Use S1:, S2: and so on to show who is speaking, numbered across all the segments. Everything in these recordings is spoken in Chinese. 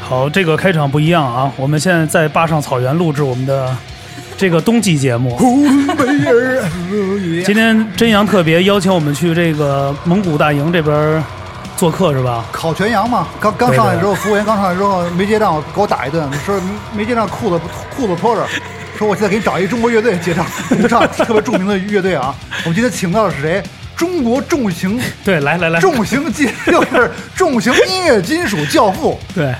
S1: 好，这个开场不一样啊！我们现在在坝上草原录制我们的这个冬季节目。今天真阳特别邀请我们去这个蒙古大营这边做客是吧？
S2: 烤全羊嘛，刚刚上来之后，服务员刚上来之后没结账，给我打一顿，说没结账裤子裤子脱着，说我现在给你找一中国乐队 结账，我唱特别著名的乐队啊，我们今天请到的是谁？中国重型
S1: 对，来来来，
S2: 重型 金又是重型音乐金属教父
S1: 对，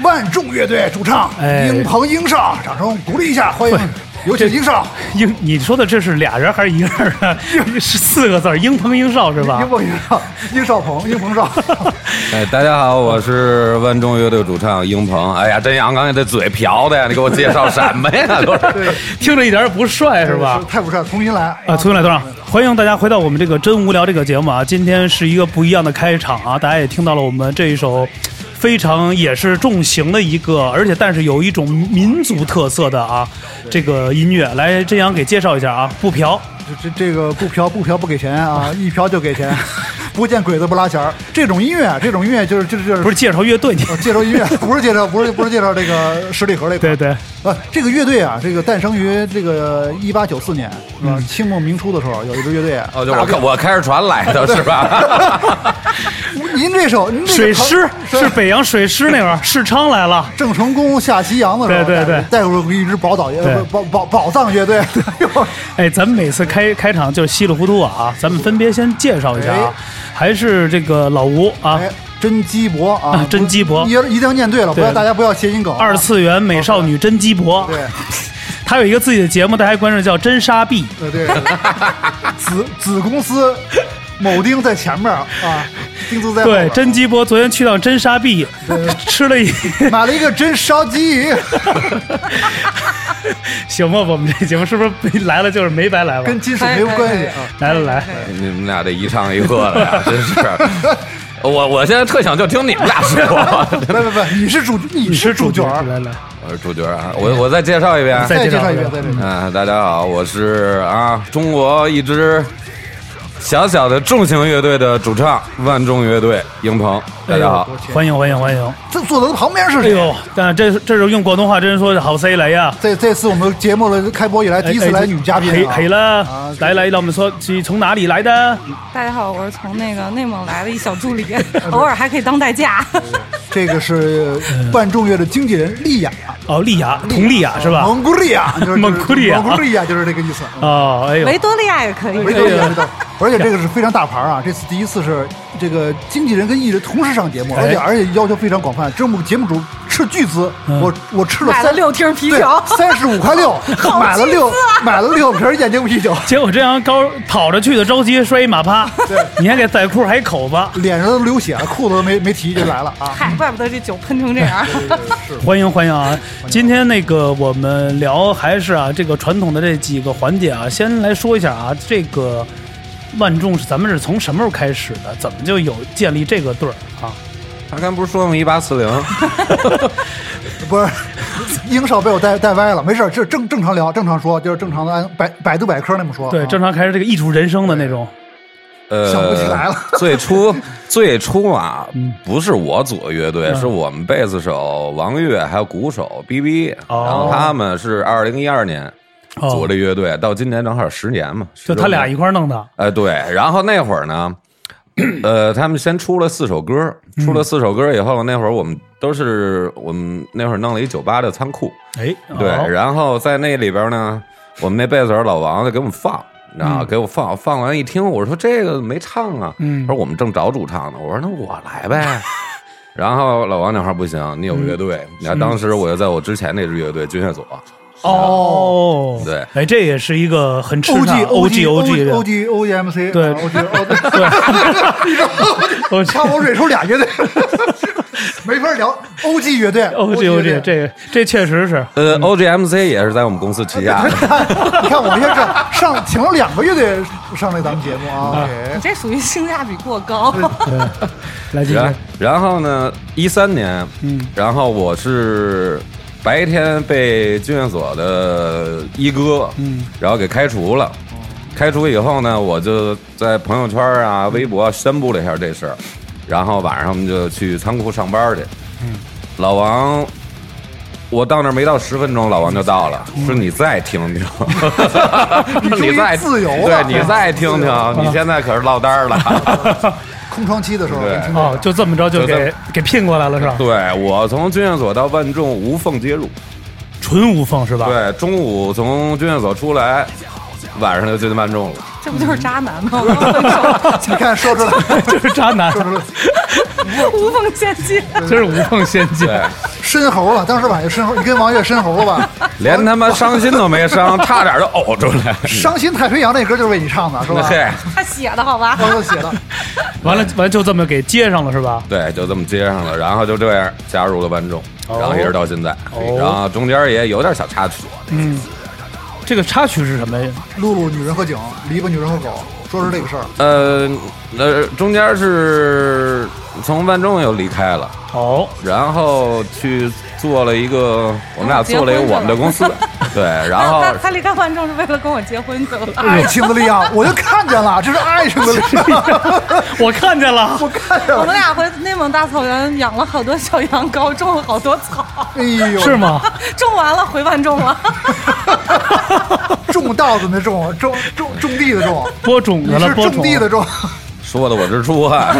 S2: 万众乐队主唱
S1: 哎
S2: 英鹏英少，掌声鼓励一下，欢迎
S1: 对，
S2: 有请英少，
S1: 英，你说的这是俩人还是一个人啊？是四个字儿，英鹏英少是吧
S2: 英？鹏英少，英少鹏，英鹏少，
S3: 哎，大家好，我是万众乐队主唱英鹏。哎呀，真阳刚才这嘴瓢的呀，你给我介绍什么 呀？都是
S1: 听着一点儿也不帅 是 吧？
S2: 太不帅，重新来
S1: 啊，重新来多少？欢迎大家回到我们这个真无聊这个节目啊！今天是一个不一样的开场啊！大家也听到了我们这一首非常也是重型的一个，而且但是有一种民族特色的啊这个音乐。来，真阳给介绍一下啊，不嫖。
S2: 这这这个不嫖不嫖不给钱啊，一嫖就给钱， 不见鬼子不拉弦儿。这种音乐啊，这种音乐就是就是就是
S1: 不是介绍乐队，你
S2: 呃介绍音乐，不是介绍不是不是介绍这个十里河这
S1: 对
S2: 块。
S1: 对，
S2: 呃，这个乐队啊，这个诞生于这个一八九四年，是
S1: 嗯
S2: 吧？清末明初的时候有一支乐队啊。
S3: 哦，就我开我开着船来的是吧？
S2: 呃您这首您这
S1: 水
S2: 个头
S1: 师
S2: 是
S1: 是北洋水师那会儿，世昌来了。
S2: 郑成功下西洋的时候，
S1: 对对对
S2: 带入一支宝岛乐
S1: 对
S2: 宝宝宝藏乐队。 哎呦
S1: 哎，咱们每次开开场就稀里糊涂啊，咱们分别先介绍一下啊，还是这个老吴啊，
S2: 哎，真鸡脖啊
S1: 啊，真鸡脖
S2: 一一定要念对了，不要
S1: 对
S2: 大家不要谐音梗啊。
S1: 二次元美少女真鸡婆。
S2: 对。
S1: 他有一个自己的节目，大家关注叫《真杀币》，
S2: 呃对对，子子公司某丁在前面啊，丁字在后
S1: 对
S2: 边，
S1: 真鸡波昨天去趟真杀币，吃了一，
S2: 买了一个真烧鸡，
S1: 行吧？我们这节目是不是没来了就是没白来吧
S2: 跟？金属没有关系啊。
S1: 来了来，
S3: 你们俩这一唱一和的呀，真是。我我现在特想就听你们俩 说。
S2: 不不不，你是主，你
S1: 你
S2: 是主角儿，哎
S1: 来来，
S3: 我是主角啊，我我再介绍一 遍。
S1: 再
S2: 再
S1: 介
S2: 介
S1: 绍
S2: 绍一
S1: 一
S2: 遍，
S1: 遍
S2: 再介绍。
S3: 啊，大家好，我是啊，中国一支小小的重型乐队的主唱，万众乐队英鹏。大家好。
S1: 哎欢迎欢迎欢迎！
S2: 这坐在他旁边是
S1: 哎
S2: 谁？
S1: 呦，但这这是用广东话真说是好塞啊来呀！
S2: 这这次我们节目的开播以
S1: 哎
S2: 来第一次来女嘉宾
S1: 呃嘿
S2: 啊，
S1: 嘿了，来来，让我们说是从哪里来的？
S4: 大家好，我是从那个内蒙来的一小助理， 偶尔还可以当代驾。
S2: 这个是万众乐的经纪人丽雅，
S1: 哦，丽雅，佟丽雅是吧？
S2: 蒙古利亚，就是
S1: 蒙古利亚
S2: 蒙古利亚就是这个意思。啊
S1: 哦，哎呦
S4: 维，多利亚也 可以。
S2: 没错，没错。 而且这个是非常大牌啊！这次第一次是这个经纪人跟艺人同时上节目，
S1: 哎
S2: 而且而且要求非常广泛。这我们节目组斥巨资，
S1: 嗯
S2: 我我吃了
S4: 买了
S2: 三
S4: 六瓶啤
S2: 对
S4: 酒，
S2: 三十五块 六，买了
S4: 啊
S2: 六买了六瓶燕京啤酒，
S1: 结果这样高跑着去的着急，摔一马 趴，你还给仔裤还口子。
S2: 脸上都流血了，裤子都没没提就来了啊！
S4: 嗨，怪不得这酒喷成这样。
S1: 欢迎欢迎啊！今天那个我们聊还是啊这个传统的这几个环节啊，先来说一下啊这个万众是咱们是从什么时候开始的？怎么就有建立这个队儿啊？
S3: 他刚不是说吗？一八四零。
S2: 不是，英少被我带带歪了，没事儿，这正正常聊，正常说，就是正常的按百百度百科那么说。
S1: 对，
S2: 啊
S1: 正常开始这个艺术人生的那种，
S3: 呃，
S2: 想不起来了
S3: 最初最初啊，
S1: 嗯
S3: 不是我组的乐队，是我们贝斯手王悦还有鼓手 B B，、
S1: 哦
S3: 然后他们是二零一二年
S1: 哦
S3: 组的乐队，到今年正好十年嘛，
S1: 就他俩
S3: 10
S1: 一
S3: 周年
S1: 块儿弄的。
S3: 呃对，然后那会儿呢。呃，他们先出了四首歌，出
S1: 嗯
S3: 了四首歌以后，那会儿我们都是我们那会儿弄了一酒吧的仓库，
S1: 哎，
S3: 对，
S1: 哦
S3: 然后在那里边呢，我们那贝斯手老王就给我们放，然后给我放，放完一听，我说这个没唱啊，
S1: 嗯
S3: 他说我们正找主唱呢，我说那我 来呗。然后老王那会儿不行，你有乐队，
S1: 嗯
S3: 然后当时我就在我之前那支乐队军乐所，
S1: 哦，
S3: 对
S1: 哎，这也是一个很吃
S2: O
S1: 上
S2: G
S1: O
S2: G
S1: O G
S2: G
S1: 的
S2: O G O G M C
S1: 对
S2: O G O G，
S1: 对，
S2: 看我蕊出俩乐队。没法聊。OG 乐队
S1: OG
S2: 乐
S1: OG，
S2: 队，
S1: 这个这确实是
S3: 呃，OGMC 也是在我们公司旗下的。
S2: 你看我们现在上请了两个乐队上这咱们节目啊。OK，
S4: 你这属于性价比过高。
S1: 对，来继续
S3: 然然后呢，一三年，嗯，然后我是白天被军乐所的一哥，嗯，然后给开除了。
S2: 哦
S3: 开除以后呢，我就在朋友圈
S2: 嗯
S3: 啊、微博啊宣布了一下这事儿，然后晚上我们就去仓库上班去。
S2: 嗯
S3: 老王，我到那儿没到十分钟，老王就到了，说你再听听，说
S2: 嗯 你终于
S3: 再
S2: 自由啊了
S3: 对你 再听听，你现在可是落单儿了。
S2: 空窗期的时候，
S3: 对
S2: 跟听众
S1: 哦，就这么着就
S3: 就这
S1: 给给聘过来了是吧？
S3: 对我从军训所到万众无缝接入，
S1: 纯无缝是吧？
S3: 对，中午从军训所出来，晚上就进万众了。
S4: 这不就是渣男吗？我
S2: 你看说出来，
S1: 就是渣男，
S2: 说出来，
S4: 要 无缝衔接。
S1: 真是无缝衔接。
S3: 对，
S2: 深喉了，当时晚上深喉，你跟王岳深喉了吧？
S3: 连他妈伤心都没伤，差点就呕出来。
S2: 伤心太平洋那歌就是为你唱的，是吧？
S3: 嘿，
S4: 他写的好吧？
S2: 当时写的，
S1: 完了完了就这么给接上了是吧？
S3: 对，就这么接上了，然后就这样加入了万众，然后一直到现在，
S1: 哦
S3: 然后中间也有点小插曲。
S1: 这个插曲是什么呀？
S2: 露露女人和井，篱笆女人和狗，说是这个事儿。
S3: 呃，呃，中间是从万众又离开了，
S1: 哦，
S3: 然后去做了一个，我们俩做了一个我们的公司，对，然后
S4: 他他离开万众是为了跟我结婚去了。
S2: 爱情的力量，我就看见了，这是爱情的力 量。
S1: 我看见了，
S2: 我看见
S4: 我们
S2: 了，
S4: 俩回内蒙大草原养了好多小羊羔，种了好多草，
S2: 哎呦，
S1: 是？吗？
S4: 种完了回万众了。
S2: 种稻子的种，种种种地的 种，
S1: 播种子
S2: 你
S1: 了，
S2: 是
S1: 播种啊
S2: 种地的种，
S3: 说的我直出汗，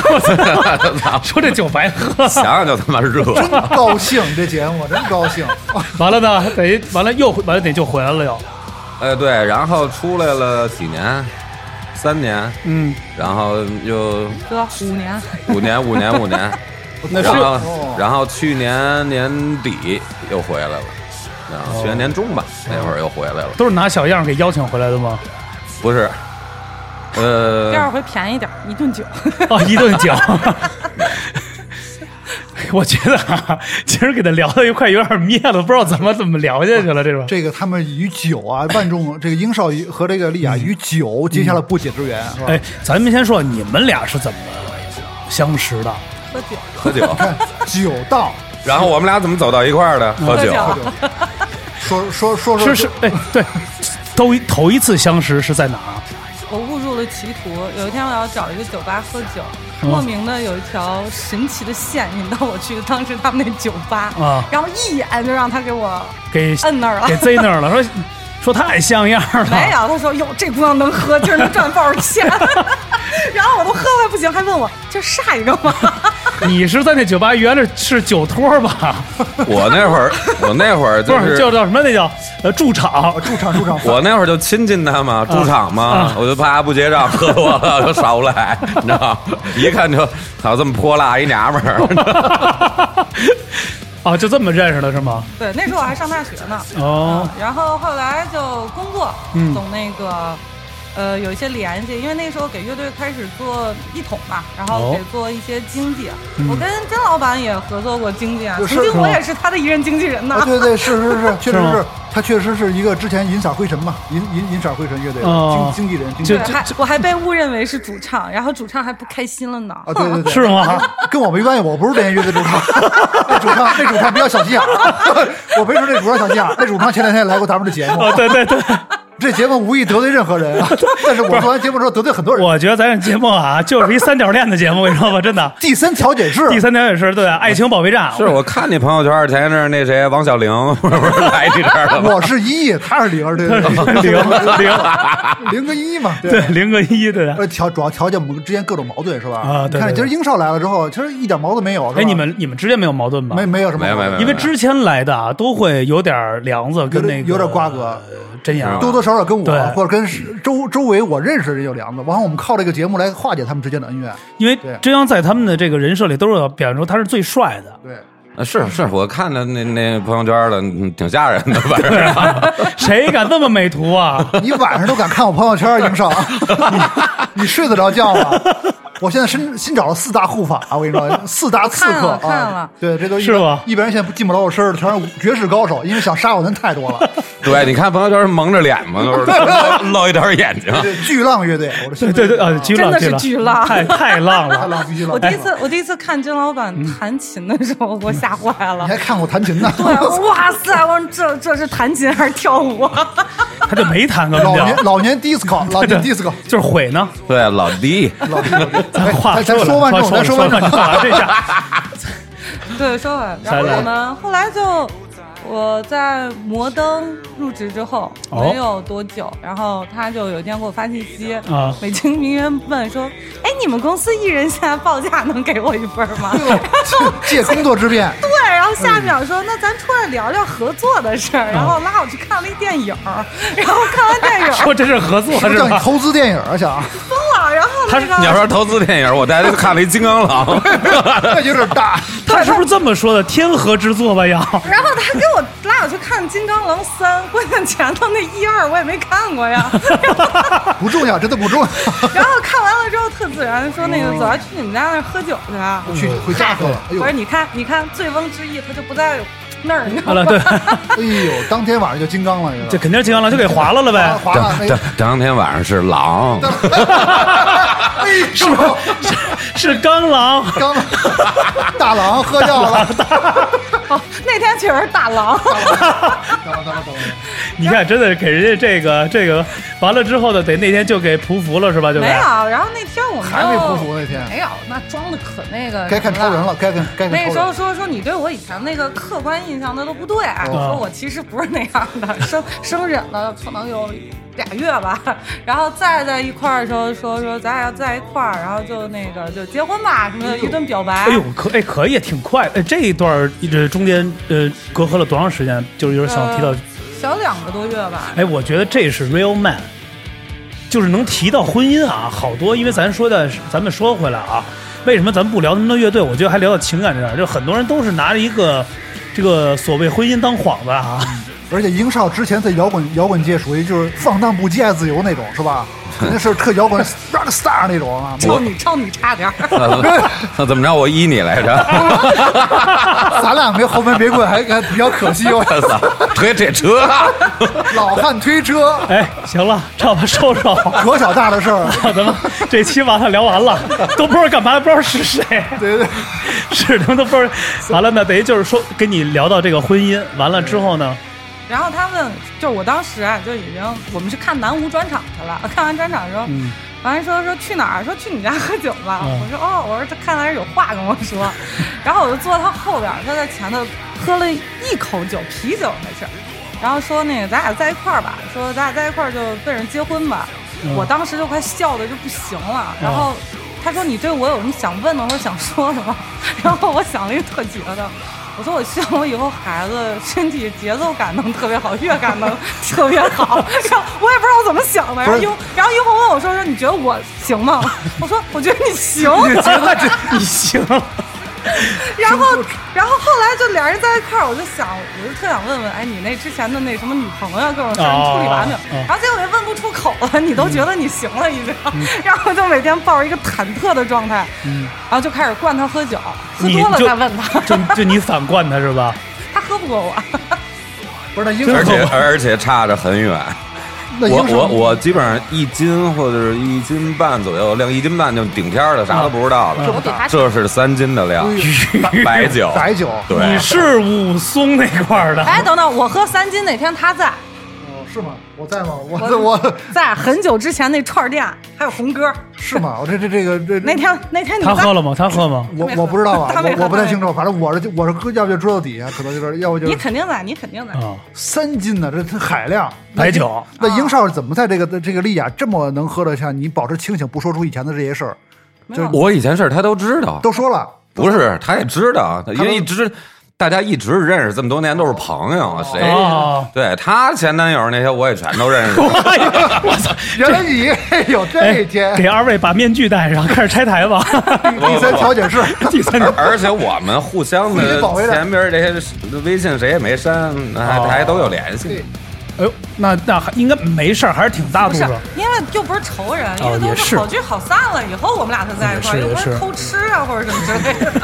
S1: 说这酒白喝，
S3: 想想就他妈热。
S2: 高兴这节目真高兴。
S1: 完了呢，等于完了又回完了得就回来了又，
S3: 呃，对，然后出来了几年，三年，
S1: 嗯，
S3: 然后又
S4: 哥，五年，
S3: 五年，五年，五年，
S1: 那
S3: 然
S1: 是
S2: 哦
S1: 啊
S3: 后然后去年年底又回来了。然后去年年中吧，那会儿又回来了。
S1: 都是拿小样给邀请回来的吗？
S3: 不是，
S4: 第二
S3: 呃，
S4: 回便宜点，一顿酒。
S1: 哦，一顿讲。我觉得啊，其实给他聊到一块有点灭了，不知道怎么怎么聊下去了。这种
S2: 这个他们与酒啊，万众这个英少和这个丽雅与
S1: 嗯
S2: 酒结下了不解之缘， 是吧？
S1: 哎，咱们先说你们俩是怎么相识的？
S4: 喝酒，
S3: 喝酒，
S2: 酒道，
S3: 然后我们俩怎么走到一块儿的？喝酒，
S4: 喝
S2: 说说说说
S1: 是是，哎，对，都一头一次相识是在哪儿？
S4: 我误入了歧途。有一天我要找一个酒吧喝酒，莫名的有一条神奇的线引导我去当时他们那酒吧，
S1: 啊
S4: 然后一眼就让他给我
S1: 给
S4: 摁那儿了
S1: 给。贼那儿了，说说太像样了。
S4: 没有，他说哟，这姑娘能喝，今儿能赚多少钱？ 然后我都喝还不行，还问我这下一个吗？
S1: 你是在那酒吧原来是酒托吧？
S3: 我那会儿，我那会儿
S1: 不
S3: 就是是
S1: 叫叫什么？那叫呃驻场
S2: 驻场驻场，
S3: 我那会儿就亲近他
S2: 啊
S3: 嘛，驻场嘛，我就怕他不结账，喝多了就耍无赖， 你知道吗？一看就好这么泼辣一娘们 儿，
S1: 啊，就这么认识的是吗？
S4: 对，那时候我还上大学呢。嗯
S1: 哦，
S4: 然后后来就工作，
S1: 嗯
S4: 总那个呃有一些联系，因为那时候给乐队开始做一统嘛，然后
S1: 哦嗯
S4: 给做一些经济。我跟甄老板也合作过经济啊，
S2: 就是
S4: 曾经
S2: 是
S4: 我
S2: 吗
S4: 也是他的一任经纪人
S2: 啊
S4: 呐。
S2: 对对是是是，确实
S1: 是
S2: 是
S1: 吗
S2: 他确实是一个之前银色灰尘嘛，银银银色灰尘乐队
S1: 哦
S2: 的经经纪人，经纪
S4: 对，
S2: 人
S1: 这
S4: 还我还被误认为是主唱，然后主唱还不开心了呢。
S2: 啊，对对对，
S1: 是吗？
S2: 跟我没关系，我不是这些乐队主唱，那主唱那主唱比较小心眼儿， 我没说这主唱小心眼儿，那主唱前两天来过咱们的节目，
S1: 哦，对对对，
S2: 这节目无意得罪任何人，啊但是我做完节目之后得罪很多 人。
S1: 我觉得咱这节目啊，就是一三角恋的节目，你知道吗？真 的，
S2: 第三调解室，
S1: 第三条也是对，爱情保卫战。啊
S3: 是我看你朋友圈前一阵儿那谁王小玲不是来你这 儿了吗？
S2: 我是一，他是零，对对对，
S1: 零零
S2: 零跟一嘛，对
S1: 对。零个一对的。
S2: 呃，调主要调解我们之间各种矛盾是吧？
S1: 啊对
S2: 你看，
S1: 对
S2: 今儿
S1: 对
S2: 英少来了之后，其实一点矛盾没有，是吧？
S1: 哎，你们你们之间没有矛盾吧？
S2: 没没有什么
S3: 没有
S2: 矛盾
S3: 没有没
S1: 因为之前来的啊，都会有点梁子跟
S2: 有
S1: 那
S2: 点
S1: 个呃
S2: 有点瓜葛，
S1: 真阳
S2: 多多少少跟
S1: 对
S2: 我或者跟周周围我认识的人有梁子，然后我们靠这个节目来化解他们之间的恩怨。
S1: 因为
S2: 对
S1: 真阳在他们的这个人设里都是要表现出他是最帅的，
S2: 对，
S3: 啊是是，我看着那那朋友圈了，嗯挺吓人的，反 正
S1: 谁敢这么美图啊？
S2: 你晚上都敢看我朋友圈，英少，你你睡得着觉吗？我现在新新找了四大护法，我跟你说，四大刺客
S4: 我看了看
S2: 啊
S4: 了，
S2: 对，这都一
S1: 是
S2: 般
S1: 吗
S2: 一般人现在不进不了我身儿的，全是绝世高手，因为想杀我的人太多了。
S3: 对，你看朋友圈蒙着脸嘛，都是露露一点眼睛。
S2: 对，巨浪乐队，我的
S1: 对
S2: 心
S1: 对对啊，巨浪
S4: 真的是
S1: 巨
S4: 巨浪
S1: 太太浪
S2: 太
S1: 了。
S2: 浪必须浪。
S4: 我第一
S1: 哎
S4: 次，我第一次看甄老
S1: 嗯
S4: 板弹琴的时候，我吓坏了
S2: 你。还看我弹琴呢？
S4: 对，啊我说哇塞，我说这这是弹琴还是跳舞啊？
S1: 他就没弹个
S2: 老
S1: 调
S2: 年，老年 disco，老年 disco。
S1: 就是毁呢。
S3: 对，老弟，
S2: 老年 disco 哎
S1: 咱话
S2: 咱咱
S1: 说
S2: 说
S1: 完
S2: 完这种，咱说完这种，
S1: 这下
S4: 对，说完，然后我们后来就我在摩登入职之后
S1: 哦
S4: 没有多久，然后他就有一天给我发信息，
S1: 啊
S4: 北京名媛问说，哎，你们公司一人现在报价能给我一份吗？
S2: 借工作之便，
S4: 对，然后下一秒说，那咱出来聊聊合作的事儿，然后拉我去看了一电影儿，然后看完电影儿
S1: 说这是合作
S2: 不
S1: 是
S2: 叫你
S1: 吧？
S2: 投资电影啊，想啊，
S4: 疯了，然后那
S3: 你要
S4: 个
S3: 说投资电影，我带他去看了一《金 刚狼》
S2: 那有点大。
S1: 他是不是这么说的？天河之作吧要？
S4: 然后他给我拉我去看《金刚狼三》，关键前头那一二我也没看过呀。
S2: 不重要，真的不重要。
S4: 然后看完了之后特自然说那个
S2: 哦
S4: 走啊，去你们家那儿喝酒去啊。
S2: 去回家去了，哎呦
S4: 我说，你看你看醉翁之意他就不在那儿，你知
S1: 好
S4: 道吗
S1: 了，？对，
S2: 哎呦，当天晚上就金刚了，
S1: 这肯定是金刚狼就给划了了
S2: 啊
S1: 呗。
S2: 滑了，哎
S3: 当当天晚上是狼，
S2: 哎呦，
S1: 是刚狼，
S2: 刚大郎喝掉了，
S4: 哦 那天确实大狼，
S2: 等了等了等了，
S1: 你看真的给人家这个这个完了之后呢，得那天就给匍匐了是吧？就
S4: 没
S1: 给
S4: 有。啊然后那天我们
S2: 还没
S4: 就
S2: 匍匐那天
S4: 没有，那装的可那个
S2: 该看
S4: 什么
S2: 超
S4: 了
S2: 人了，该看该
S4: 那
S2: 看
S4: 时
S2: 超
S4: 候
S2: 人。
S4: 说说你对我以前那个客观印象的都不对，
S2: 哦
S4: 我说我其实不是那样的， 生生忍了可能有俩月吧， 然后再在一块儿的时候说说咱俩要在一块儿，然后就那个就结婚吧什么的，一顿表白
S1: 哎。呦，可哎可以，挺快。哎，这一段儿这中间呃隔阂了多长时间？就是有点想提到
S4: 呃，小两个多月吧，
S1: 哎，我觉得这是 real man，就是能提到婚姻啊，好多。因为咱说的，咱们说回来啊，为什么咱们不聊那么多乐队？我觉得还聊到情感这儿，就很多人都是拿着一个这个所谓婚姻当幌子啊。
S2: 而且英少之前在摇滚摇滚界属于就是放荡不羁、爱自由那种，是吧？肯定是特摇滚 rock star 那种啊，
S4: 超女超女差点儿，
S3: 那怎么着？我依你来着？
S2: 咱俩没后门别棍还还比较可惜哦。
S3: 我操，推这车，啊
S2: 老汉推车，
S1: 哎，行了，差不多收收。
S2: 可小大的事儿了。
S1: 咱们这期完了，聊完了，都不知道干嘛，不知道是谁，
S2: 对对对，
S1: 是他们都不知道。完了呢，等于就是说跟你聊到这个婚姻，完了之后呢，
S4: 然后他问，就是我当时啊，就已经我们去看南无专场去了， 看完专场的时候，
S1: 嗯
S4: 完了说说去哪儿？说去你家喝酒吧。
S1: 嗯
S4: 我说哦，我说这看来是有话跟我说，然后我就坐他后边儿，他在前头喝了一口酒，啤酒还是，然后说那个咱俩在一块儿吧，说咱俩在一块儿就奔着结婚吧。
S1: 嗯
S4: 我当时就快笑的就不行了，然后他说你对我有什么想问的或者想说的吗？ 然后我想了一个特绝的。我说我希望我以后孩子身体节奏感能特别好，乐感能 特别好。然后我也不知道我怎么想的，然
S2: 不
S4: 后
S2: 是
S4: 一会儿然后一会儿问我说：“说你觉得我行吗？”我说：“我觉得你行。
S1: 你行，”
S4: 然后，然后后来就俩人在一块儿，我就想，我就特想问问，哎，你那之前的那什么女朋友啊各种事儿你处理完没有
S1: 哦哦哦？嗯
S4: 然后结果也问不出口了，你都觉得你行了已经，然后就每天抱着一个忐忑的状态，然后就开始灌他喝酒，喝
S1: 你
S4: 多了
S1: 就
S4: 再问他，
S1: 就就你反灌他是吧？
S4: 他喝不过我。
S2: 不是那英
S3: 而
S2: 少，
S3: 且而且差着很远。
S2: 那
S3: 我
S2: 英
S3: 我
S2: 少，
S3: 我基本上一斤或者是一斤半左右量，一斤半就顶天儿了，啥都不知道了。
S4: 我比他
S3: 这是三斤的量， 白酒，
S2: 哎白酒，
S3: 对，
S1: 你是武松那块儿的，
S4: 哎，等等，我喝三斤那天他在，
S2: 哦是吗？我在吗？我我
S4: 在很久之前那串儿店还有红哥，
S2: 是吗？我这这这个这
S4: 那天那天你
S1: 他
S4: 在
S1: 喝了吗？他喝吗？
S2: 我
S4: 他没喝
S2: 我不知道啊
S4: 他没，喝
S2: 我我不太
S4: 他没
S2: 清楚，反正我是我是要不就桌子底下，可能就是要不就
S4: 你
S2: 是
S4: 肯定在，你肯定在。
S1: 啊，
S2: 三斤呢，这这海量
S1: 白酒。
S2: 那英
S4: 啊
S2: 那英少是怎么在这个这个莉亚这么能喝得下，你保持清醒，不说出以前的这些事儿？
S4: 没
S2: 就
S4: 有
S2: 是
S3: 我以前事儿他都知道，
S2: 都说了，
S3: 不是他也知道，因
S2: 都
S3: 为一直大家一直认识这么多年都是朋友，谁
S1: 哦
S3: 对他前男友那些我也全都认识。
S1: 哎我操！
S2: 原来你也有这
S1: 哎
S2: 一，天。
S1: 给二位把面具戴上，开始拆台 吧。
S2: 第三 调解室，
S1: 第三
S3: 而而且我们互相
S2: 自
S3: 的
S2: 己保卫战
S3: 前边这些微信谁也没删，还还都有联系
S2: 对。
S1: 哎呦，那那还应该没事儿，还是挺大度
S4: 啊不是
S1: 的。，
S4: 因为那又不是仇人，因
S5: 哦
S4: 为
S5: 也
S4: 都
S5: 是
S4: 是好聚好散了，以后我们俩才在一块儿，
S5: 也是
S4: 又不
S5: 也
S4: 是
S5: 是
S4: 偷吃啊或者什么之类的，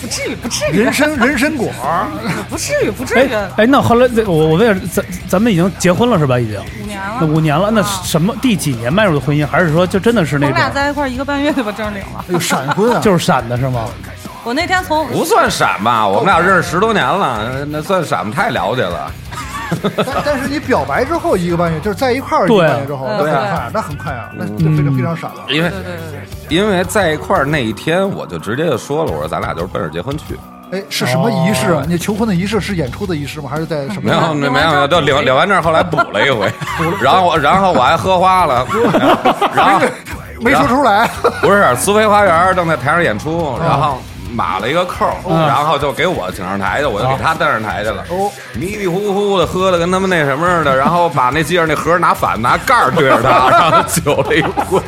S4: 不至于，不至于，啊
S2: 人参人参果儿，
S4: 不至于，不至
S1: 哎
S4: 于，啊
S1: 哎，那后来这我我问一下，咱咱们已经结婚了是吧？已经
S4: 五年了
S1: 那，五年了，那
S4: 啊
S1: 什么第几年迈入的婚姻？还是说就真的是
S4: 我
S1: 那
S4: 们俩
S1: 种
S4: 在一块儿一个半月就把证领了。
S2: 哎呦闪婚啊！
S1: 就是闪的是 吗？
S4: 我那天从
S3: 不算闪吧？我们俩认识十多年了，那算闪吗？太了解了。
S2: 但但是你表白之后一个半月，就是在一块儿一个半月之后，那
S4: 对
S2: 很
S3: 对
S2: 快，那很快啊，那
S1: 嗯
S2: 就非常非常闪了。
S3: 因为
S4: 对对对对，
S3: 因为在一块儿那一天，我就直接就说了，我说咱俩就是奔着结婚去。
S2: 哎，是什么仪式
S1: 哦
S2: 啊？你求婚的仪式是演出的仪式吗？还是在什么
S3: 没？有，没有，没有，就领领完证，后来补了一回，然后我然后我还喝花了，然后
S2: 没说出来。
S3: 不是苏菲花园正在台上演
S1: 哦
S3: 出，然后码了一个扣儿，
S1: 嗯
S3: 然后就给我请上台去，我就给他登上台去了。
S2: 哦
S3: 迷迷糊糊的喝的跟他们那什么似的，然后把那记着那盒拿反拿盖儿对着他，然后酒了一 锅。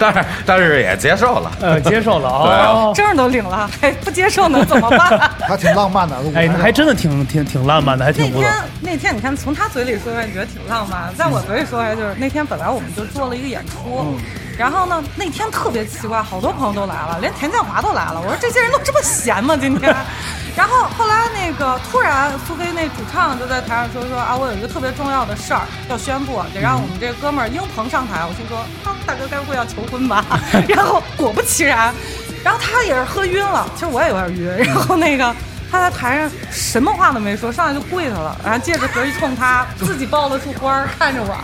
S3: 但是但是也接受了，
S1: 呃，接受了
S3: 对啊
S1: 哦。
S4: 证都领了，还不接受能怎么办？
S2: 还挺浪漫的，啊我
S1: 哎，那还
S2: 还
S1: 真的挺挺挺浪漫的，还
S4: 那
S1: 挺不错
S4: 天。那天你看，从他嘴里说出来，你觉得挺浪漫；在我嘴里说出来，就是那天本来我们就做了一个演出，
S1: 嗯
S4: 然后呢，那天特别奇怪，好多朋友都来了，连田建华都来了。我说这些人都这么闲吗？今天？ 然后后来那个突然苏菲那主唱就在台上说说啊，我有一个特别重要的事儿要宣布，啊得让我们这哥们儿英鹏上台。我心说啊，大哥该不会要求婚吧？ 然后果不其然，然后他也是喝晕了，其实我也有点晕。然后那个。他在台上什么话都没说，上来就跪他了，然后戒指盒一冲他，自己抱了束花儿看着我，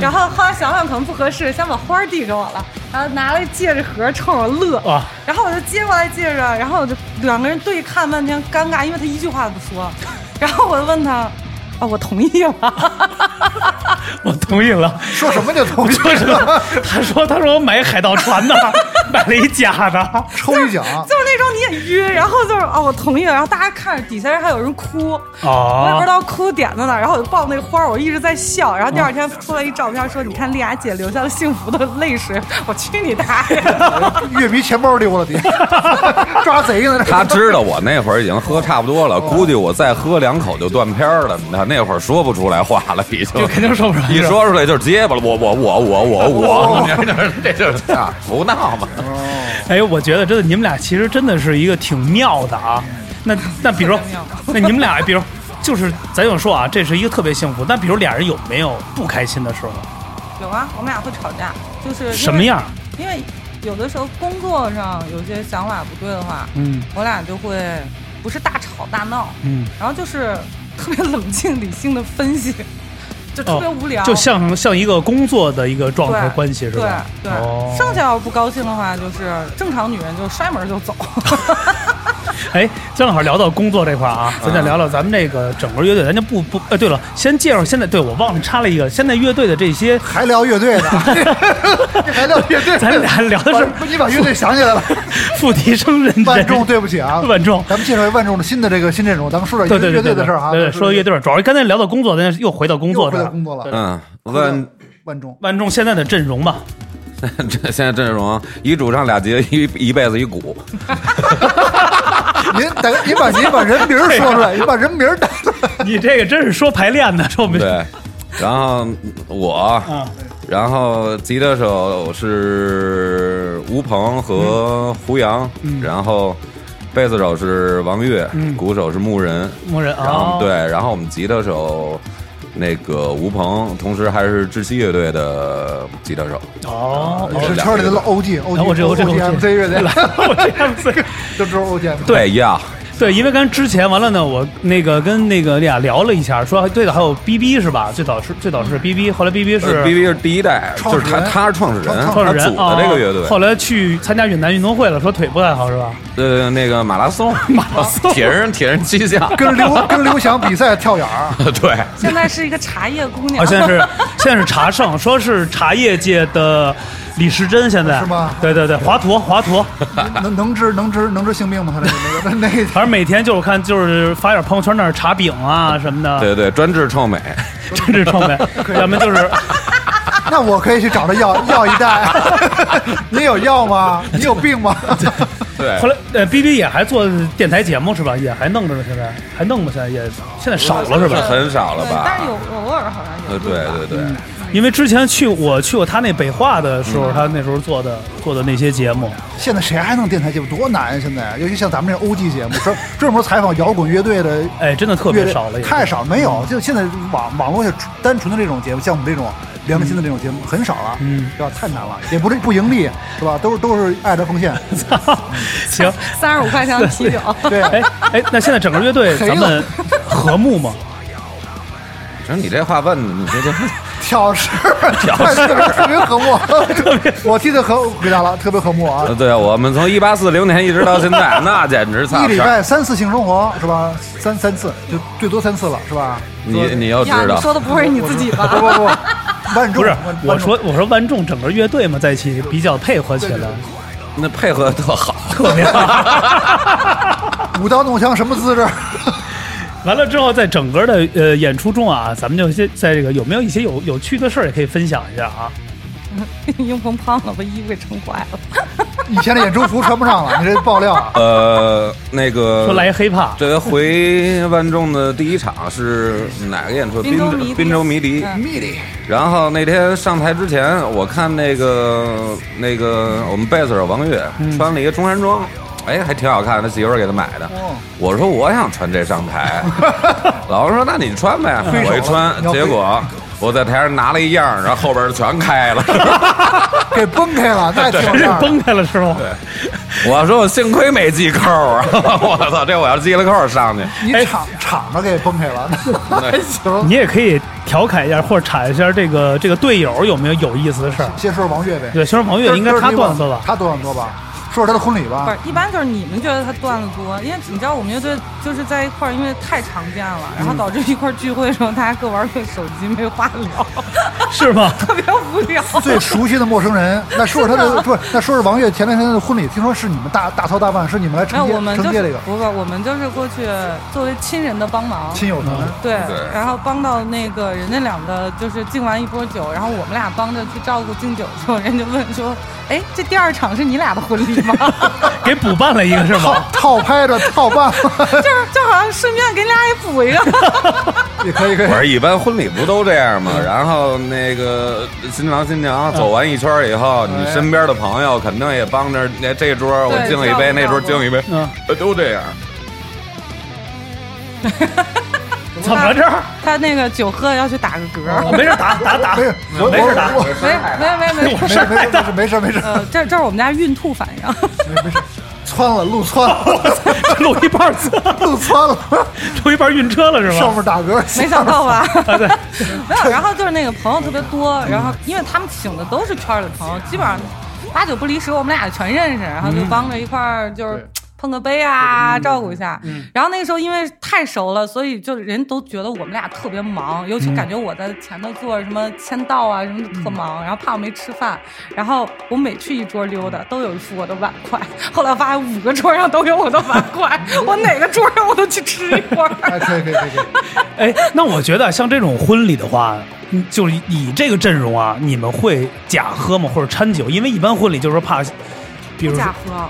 S4: 然后后来想想可能不合适，先把花儿递给我了，然后拿了戒指盒冲我乐，
S1: 哇
S4: 然后我就接过来戒指，然后我就两个人对看半天，尴尬，因为他一句话都不说，然后我就问他，啊，我同意吗？
S1: 我同意了。
S2: 说什 么就同意，
S1: 就是他说他说我买一海盗船的，买了一假 的。
S2: 抽一奖，
S4: 就是那种你也晕，然后就是哦，我同意了，然后大家看着底下人还有人哭，
S1: 哦
S4: 我也不知道哭点在哪儿，然后我就抱那花儿，我一直在笑，然后第二天出来一照片说，你看丽雅姐留下了幸福的泪水，我去你大 爷！
S2: 乐迷钱包溜了，你抓贼呢？这
S3: 他知道我那会儿已经喝差不多
S1: 哦
S3: 了，估计我再喝两口就断片儿了。他那会儿说不出来话了，已经
S1: 肯定受不了
S3: 一说出来就是结巴了。我我我我我
S1: 哦
S3: 我，这就是这就是啊，胡闹嘛。
S1: 哎，我觉得真的你们俩其实真的是一个挺妙的啊。那那比如
S4: 特别妙，
S1: 那你们俩比如就是咱有说啊，这是一个特别幸福。那比如俩人有没有不开心的时候？
S4: 有啊，我们俩会吵架，就是因为
S1: 什么？样？
S4: 因为有的时候工作上有些想法不对的话，
S1: 嗯
S4: 我俩就会不是大吵大闹，
S1: 嗯，
S4: 然后就是特别冷静理性的分析，就特别无聊，
S1: 哦就像像一个工作的一个状态
S4: 对
S1: 关系是吧？
S4: 对对，
S1: 哦
S4: 剩下要不高兴的话，就是正常女人就摔门就走。
S1: 哎，正好聊到工作这块儿啊，
S4: 嗯
S1: 咱再聊聊咱们这个整个乐队，咱就不不，呃，对了，先介绍现在，对我忘了插了一个，现在乐队的这些，
S2: 还聊乐队呢？ 这还聊乐队？
S1: 咱俩聊的是
S2: 把你把乐队想 起来了。
S1: 副提升人
S2: 万众，对不起啊，
S1: 万众
S2: 咱们介绍万众的新的这个新阵容，咱们说点
S1: 对对对
S2: 乐
S1: 对
S2: 队的事儿哈。啊
S1: 对对，说乐队的事儿，主要是刚才聊到工作，咱又回到工
S2: 又
S1: 作
S2: 回
S1: 这儿。
S2: 到工作了，
S3: 嗯，问
S2: 万众
S1: 万众现在的阵 容吧，
S3: 这 现在阵容一主唱俩吉他一一辈子一 鼓，
S2: 您得您把您把人名儿说出来，您把人名儿打出来。
S1: 你这个真是说排练呢，说我们
S3: 对，然后我，
S1: 啊，
S3: 然后吉他手是吴鹏和
S1: 嗯
S3: 胡杨，然后贝斯手是王悦，
S1: 嗯
S3: 鼓手是牧人，
S1: 牧人
S3: 然后
S1: 啊，
S3: 对，，然后我们吉他手那个吴鹏，同时还是窒息乐队的吉他手，
S1: 哦，
S2: 你是圈里的 OG
S1: 然后
S2: OG
S1: 哦我这我这
S2: OG MC 乐队，
S1: 我这样 子。
S2: 这是 OG MC。
S3: 对哎呀，
S1: 对，因为刚之前完了呢，我那个跟那个俩聊了一下，说对的，还有 B B 是吧？最早是最早
S2: 嗯
S1: 是 B B，后来 B B 是
S3: 呃 B B 是第一代，
S2: 创
S3: 就
S2: 始
S3: 是他，
S2: 人
S3: 他是创始人，
S2: 创
S1: 创
S3: 他
S1: 始人
S3: 组的这个乐
S1: 哦
S3: 队，
S1: 后来去参加云南运动会了，说腿不太好是吧？
S3: 呃，那个马拉松，
S1: 马拉松
S3: 铁人铁人七项，
S2: 跟刘跟刘翔比赛跳远儿，
S3: 对，
S4: 现在是一个茶叶姑娘，
S1: 啊，现在是现在是茶圣，说是茶叶界的李时珍，现在
S2: 是吗
S1: 对对对，华佗华佗，
S2: 能能治能治能治性病吗？他那个那个
S1: 反正每天就是看就是发点朋友圈那儿茶饼啊什么的，
S3: 对对，专治臭 美，
S1: 真是臭美。咱们就是
S2: 那那我可以去找他要要一袋。 你有药吗？你有病吗？
S3: 对
S1: 后。来呃，B B 也还做电台节目是吧？也还弄着呢，现在还弄吗？现在也现在少了是吧？
S3: 很少了
S4: 对
S3: 吧？
S4: 但是有偶尔好像嗯
S3: 呃，
S4: 有。
S3: 对对对，
S1: 因为之前去我去过他那北化的时
S3: 嗯
S1: 候，他那时候做的做的那些节目，
S2: 现在谁还弄电台节目？多难啊！现在，尤其像咱们这种 OG 节目，专专门采访摇滚乐队的
S1: 哎，真的特
S2: 乐
S1: 别
S2: 队
S1: 少了，嗯也
S2: 太少没有。就现在网网络上单纯的这种节目，像我们这种良心的这种节目很少了，
S1: 嗯，
S2: 对吧？太难了，也不是不盈利，是吧？都是都是爱德 奉献，
S1: 行。
S4: 三十五块钱的啤酒，
S2: 对，
S1: 哎哎，那现在整个乐队
S2: 赔了
S1: 咱们和睦吗？
S3: 正你这话问的，你这 就
S2: 挑事儿，挑事儿，特别和睦。我替他和回答了，特别和睦啊
S3: 呃。对啊，我们从一八四零年一直到现 在，那简直操
S2: 一礼
S3: 事儿！
S2: 拜三次性生活是吧？三三次就最多三次了是吧？
S3: 你你要知
S4: 呀，你
S3: 道，
S4: 说的不是你自己吧？
S2: 不不不，万众
S1: 不是
S2: 万，
S1: 我说我说万众整个乐队嘛在一起比较配合起来，
S3: 那配合得特好。
S1: 特别 好。
S2: 武当弄枪什么姿势？
S1: 完了之后，在整个的呃演出中啊，咱们就先在这个有没有一些有有趣的事儿也可以分享一下啊？
S4: 英鹏胖了，把衣服给撑坏了。
S2: 以前的演出服穿不上了，你这爆料 啊！
S3: 呃，那个
S1: 说来一黑怕，
S3: 这回回万众的第一场是哪个演出？
S4: 滨
S3: 滨
S4: 州迷笛
S3: 滨州迷笛。
S4: 嗯
S2: 密的，
S3: 然后那天上台之前，我看那个那个我们贝斯手王悦
S2: 嗯
S3: 穿了一个中山装，哎，还挺好看，他媳妇儿给他买的。
S2: 哦
S3: 我说我想穿这上台， 老师说那你穿呗，
S2: 挥手
S3: 我一穿
S2: 你，要挥
S3: 结果我在台上拿了一样儿，然后后边儿全开了。
S2: 给崩开 了，那也挺有
S1: 真是
S2: 样 儿。
S1: 崩开了是吗？
S3: 我说我幸亏没系扣儿啊！ 我操，这我要系了扣儿上去，
S2: 你
S1: 哎
S2: 场场子给崩开了，
S1: 你也可以调侃一下或者阐一下这个这个队友有没有有意思的事儿。
S2: 先说说王悦呗。
S1: 对，先说王
S2: 这
S1: 悦
S2: 是
S1: 应该是他段子
S2: 这是你
S1: 吧
S2: 吧？他段子多吧？说说他的婚礼
S4: 不
S2: 吧
S4: 是。，一般就是你们觉得他段子多，因为你知道我们乐队就是在一块儿，因为太常见了，然后导致一块儿聚会的时候，大家各玩各手机，没话聊，
S1: 是吗？
S4: 特别无聊。
S2: 最熟悉的陌生 人，那说说他的，不是，那说说王悦前两天的婚礼，听说是你们大大操大办，是你们来
S4: 没有，
S2: 承接
S4: 我们就
S2: 承接这
S4: 是
S2: 个
S4: 不是，我们就是过去作为亲人的帮忙，
S2: 亲友团。
S4: 对
S3: 对，
S4: 然后帮到那个人家两个，就是敬完一波酒，然后我们俩帮着去照顾敬酒的时候，人家就问说：“哎，这第二场是你俩的婚礼吗？”
S1: 给补办了一个是
S2: 套
S1: 吗？
S2: 套拍着套办，
S4: 就是就好像顺便给你俩也补一个。
S2: 也可以可以
S3: 我。说一般婚礼不都这样吗？
S2: 嗯
S3: 然后那个新郎新娘走完一圈儿以
S2: 嗯
S3: 后，
S2: 哎
S3: 你身边的朋友肯定也帮着，那这桌儿我
S4: 对
S3: 敬一杯，
S4: 照顾
S3: 那桌儿
S4: 照顾
S3: 敬一杯，
S1: 嗯，
S3: 呃都这样。
S1: 怎么着？
S4: 他那个酒喝了要去打个嗝，
S1: 没事打打打，
S2: 没事，我
S1: 没事打
S2: 我我
S4: 没没没没
S2: 没
S4: 没。
S2: 事没事没事没事
S4: 呃，这这是我们家孕吐反应，
S2: 没事，窜了路窜了
S1: 录一半儿字，
S2: 路窜了，
S1: 录一半儿晕车了是
S2: 上
S1: 吗？
S2: 面打嗝，
S4: 没想到吧？ 没有，然后就是那个朋友特别多，然后因为他们请的都是圈儿里的朋友，基本上八九不离十，我们俩全认识，然后就帮着一块儿就是
S2: 对
S4: 碰个杯啊，照顾一下。然后那个时候因为太熟了，所以就人都觉得我们俩特别忙，尤其感觉我在前头做什么签到啊什么的特忙，然后怕我没吃饭。然后我每去一桌溜达，都有一副我的碗筷。后来发现五个桌上都有我的碗筷，我哪个桌上我都去吃一块儿。
S2: 哎，可以可以可以可以，
S1: 哎，那我觉得像这种婚礼的话，嗯就是以这个阵容啊，你们会假喝吗？或者掺酒？因为一般婚礼就是怕，比如
S4: 不
S1: 说
S4: 假喝。